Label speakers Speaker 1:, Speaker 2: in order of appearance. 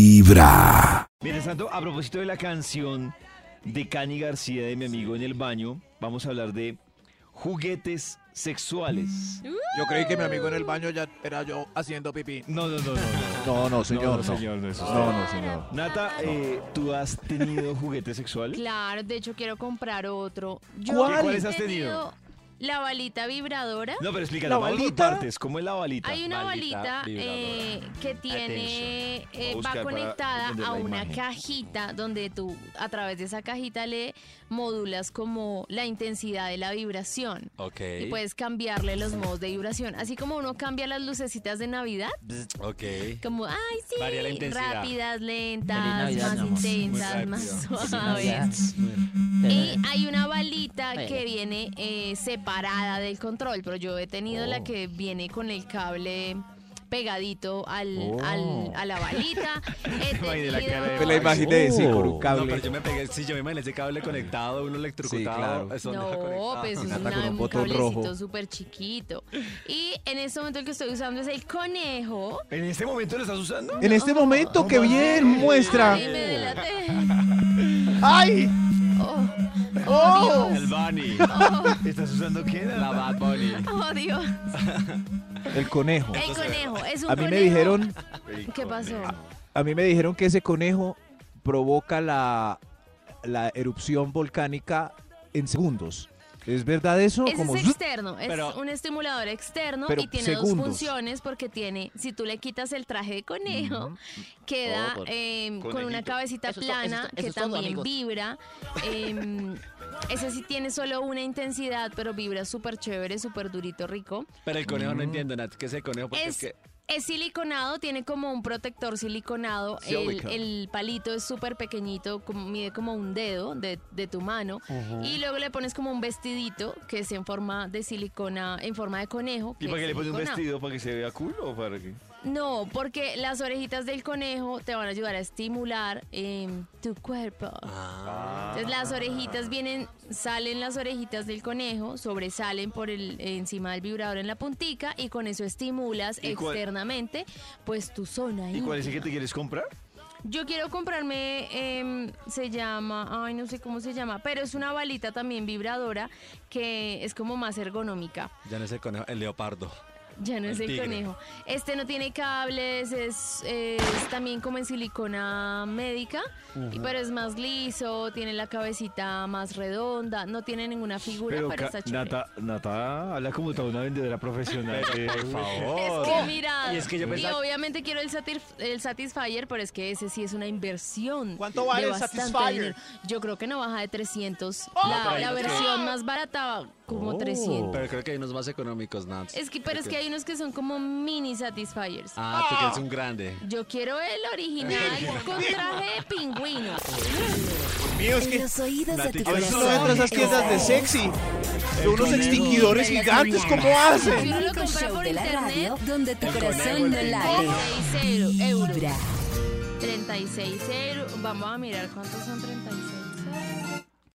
Speaker 1: Vibra.
Speaker 2: Mientras tanto, a propósito de la canción de Cani García de mi amigo en el baño, vamos a hablar de juguetes sexuales.
Speaker 3: Yo creí que mi amigo en el baño ya era yo haciendo pipí.
Speaker 2: No, no, no, no. no.
Speaker 3: No, no, señor.
Speaker 2: no,
Speaker 3: No,
Speaker 2: señor, no es usted.
Speaker 3: no, no, señor.
Speaker 2: Nata, eh, ¿tú has tenido juguete sexual?
Speaker 4: Claro, de hecho quiero comprar otro.
Speaker 2: ¿Cuál?
Speaker 4: he
Speaker 2: ¿Cuáles has tenido?
Speaker 4: La balita vibradora.
Speaker 2: No, pero explícala,
Speaker 3: ¿La
Speaker 2: vamos por
Speaker 3: balita?
Speaker 2: partes. ¿Cómo es la balita?
Speaker 4: Hay una
Speaker 3: balita
Speaker 4: balita eh, que tiene, eh,
Speaker 2: Voy a buscar para
Speaker 4: va conectada
Speaker 2: entender
Speaker 4: a
Speaker 2: la
Speaker 4: una
Speaker 2: imagen.
Speaker 4: cajita donde tú a través de esa cajita le modulas como la intensidad de la vibración.
Speaker 5: Ok.
Speaker 4: Y puedes cambiarle los modos de vibración. Así como uno cambia las lucecitas de Navidad,
Speaker 5: Ok.
Speaker 4: como, ay, sí,
Speaker 5: Varía la intensidad.
Speaker 4: rápidas, lentas,
Speaker 6: Feliz Navidad, mi
Speaker 4: más
Speaker 6: amor.
Speaker 4: intensas, más Oh, suaves. Y hay una balita
Speaker 6: Bueno.
Speaker 4: que viene eh, separada del control, pero yo he tenido
Speaker 2: Oh.
Speaker 4: la que viene con el cable pegadito al, al- a la balita. He
Speaker 2: imaginé
Speaker 3: Pues
Speaker 2: la cara Oh. de
Speaker 4: tenido-
Speaker 2: Me la imaginé,
Speaker 3: sí, con un
Speaker 5: No, pero yo me pegué, sí, yo me imaginé ese cable conectado, uno electrocutado.
Speaker 3: Sí, claro.
Speaker 5: eso no era
Speaker 4: No,
Speaker 5: conectado.
Speaker 4: pues es
Speaker 3: Nata
Speaker 4: una-
Speaker 3: con un
Speaker 4: un
Speaker 3: botón rojo.
Speaker 4: cablecito súper chiquito. Y en este momento el que estoy usando es el conejo.
Speaker 2: ¿En este momento lo estás usando?
Speaker 3: En este momento, qué bien, muestra.
Speaker 4: Ay, me delaté.
Speaker 3: ¡Ay!
Speaker 4: Oh,
Speaker 3: ¡Oh!
Speaker 2: El Bunny. ¿Estás usando qué?
Speaker 5: La
Speaker 2: Nata?
Speaker 5: Bad Bunny.
Speaker 4: oh, Dios.
Speaker 3: El conejo.
Speaker 4: El conejo, es un
Speaker 3: A mí me
Speaker 4: conejo.
Speaker 3: dijeron,
Speaker 4: ¿Qué pasó?
Speaker 3: a mí me dijeron que ese conejo provoca la, la erupción volcánica en segundos. ¿Es verdad eso?
Speaker 4: Ese
Speaker 3: Como
Speaker 4: es
Speaker 3: ¡zup!
Speaker 4: externo, es
Speaker 5: Pero-
Speaker 4: un estimulador externo
Speaker 3: Pero
Speaker 4: y tiene dos
Speaker 3: segundos.
Speaker 4: funciones porque tiene, si tú le quitas el traje de conejo, queda
Speaker 6: Todo.
Speaker 4: eh, con una
Speaker 2: Conejito.
Speaker 4: cabecita
Speaker 6: Eso es to- eso es
Speaker 4: plana
Speaker 6: to- eso
Speaker 4: que
Speaker 6: es todo,
Speaker 4: también
Speaker 6: amigos.
Speaker 4: vibra. eh, ese sí tiene solo una intensidad, pero vibra súper chévere, súper durito, rico.
Speaker 5: Pero el conejo no entiendo, Nat. ¿Qué es el conejo? Porque es,
Speaker 4: Es,
Speaker 5: que.
Speaker 4: es siliconado, tiene como un protector siliconado. El,
Speaker 5: Silicone.
Speaker 4: el palito es súper pequeñito, como- mide como un dedo de, de tu mano. Y luego le pones como un vestidito que es en forma de silicona, en forma de conejo.
Speaker 2: ¿Y
Speaker 4: que
Speaker 2: para qué
Speaker 4: es
Speaker 2: le pones un
Speaker 4: siliconado.
Speaker 2: vestido? ¿Para que se vea cool o para qué?
Speaker 4: No, porque las orejitas del conejo te van a ayudar a estimular em, tu cuerpo.
Speaker 2: Ah.
Speaker 4: Entonces las orejitas vienen, salen las orejitas del conejo, sobresalen por el encima del vibrador en la puntica y con eso estimulas
Speaker 2: ¿Y cuál-
Speaker 4: externamente pues tu zona.
Speaker 2: ¿Y cuál es el que
Speaker 4: íntima.
Speaker 2: te quieres comprar?
Speaker 4: Yo quiero comprarme, em, se llama, ay no sé cómo se llama, pero es una balita también vibradora que es como más ergonómica.
Speaker 5: Ya no es el conejo, el leopardo.
Speaker 4: Ya no
Speaker 5: El
Speaker 4: es el
Speaker 5: tigre.
Speaker 4: conejo. Este no tiene cables, es, es también como en silicona médica, y- pero es más liso, tiene la cabecita más redonda, no tiene ninguna figura, pero,
Speaker 2: ca-
Speaker 4: está chévere.
Speaker 2: Nata, Nata, habla como toda una vendedora profesional. Eh,
Speaker 5: Por favor.
Speaker 4: Es que mira,
Speaker 5: oh. Y es que yo pensaba-
Speaker 4: obviamente quiero el, satir- el Satisfyer, pero es que ese sí es una inversión.
Speaker 3: ¿Cuánto
Speaker 4: de
Speaker 3: vale el
Speaker 4: bastante
Speaker 3: Satisfyer? Oh,
Speaker 4: dinero. Yo creo que no baja de 300. la la versión más barata, como 300.
Speaker 5: Pero creo que hay unos más económicos, Nat.
Speaker 4: Es que, pero es que hay unos que son como mini Satisfyers.
Speaker 5: Ah, tú que eres un grande.
Speaker 4: Yo quiero el original con traje de pingüino.
Speaker 7: En los oídos de tu
Speaker 3: A veces
Speaker 7: corazón.
Speaker 3: uno entra a esas tiendas de sexy. De unos extinguidores gigantes, ¿cómo
Speaker 7: El
Speaker 3: hacen?
Speaker 7: único
Speaker 4: Comprar
Speaker 7: show
Speaker 4: por
Speaker 7: de la
Speaker 4: internet.
Speaker 7: radio donde tu corazón no late.
Speaker 4: 36 euros.
Speaker 7: Vibra.
Speaker 4: 36 euros. Vamos a mirar cuántos son 36